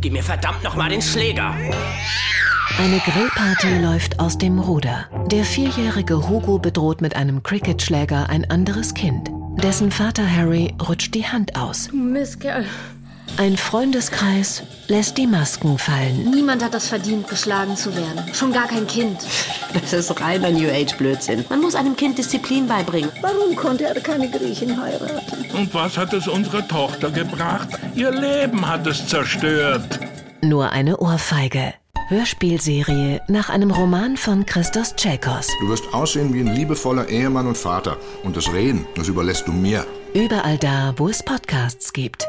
Gib mir verdammt nochmal den Schläger. Eine Grillparty läuft aus dem Ruder. Der vierjährige Hugo bedroht mit einem Cricketschläger ein anderes Kind. Dessen Vater Harry rutscht die Hand aus. Mistkerl. Ein Freundeskreis lässt die Masken fallen. Niemand hat das verdient, geschlagen zu werden. Schon gar kein Kind. Das ist reiner New Age Blödsinn. Man muss einem Kind Disziplin beibringen. Warum konnte er keine Griechen heiraten? Und was hat es unserer Tochter gebracht? Ihr Leben hat es zerstört. Nur eine Ohrfeige. Hörspielserie nach einem Roman von Christos Tschekos. Du wirst aussehen wie ein liebevoller Ehemann und Vater. Und das Reden, das überlässt du mir. Überall da, wo es Podcasts gibt.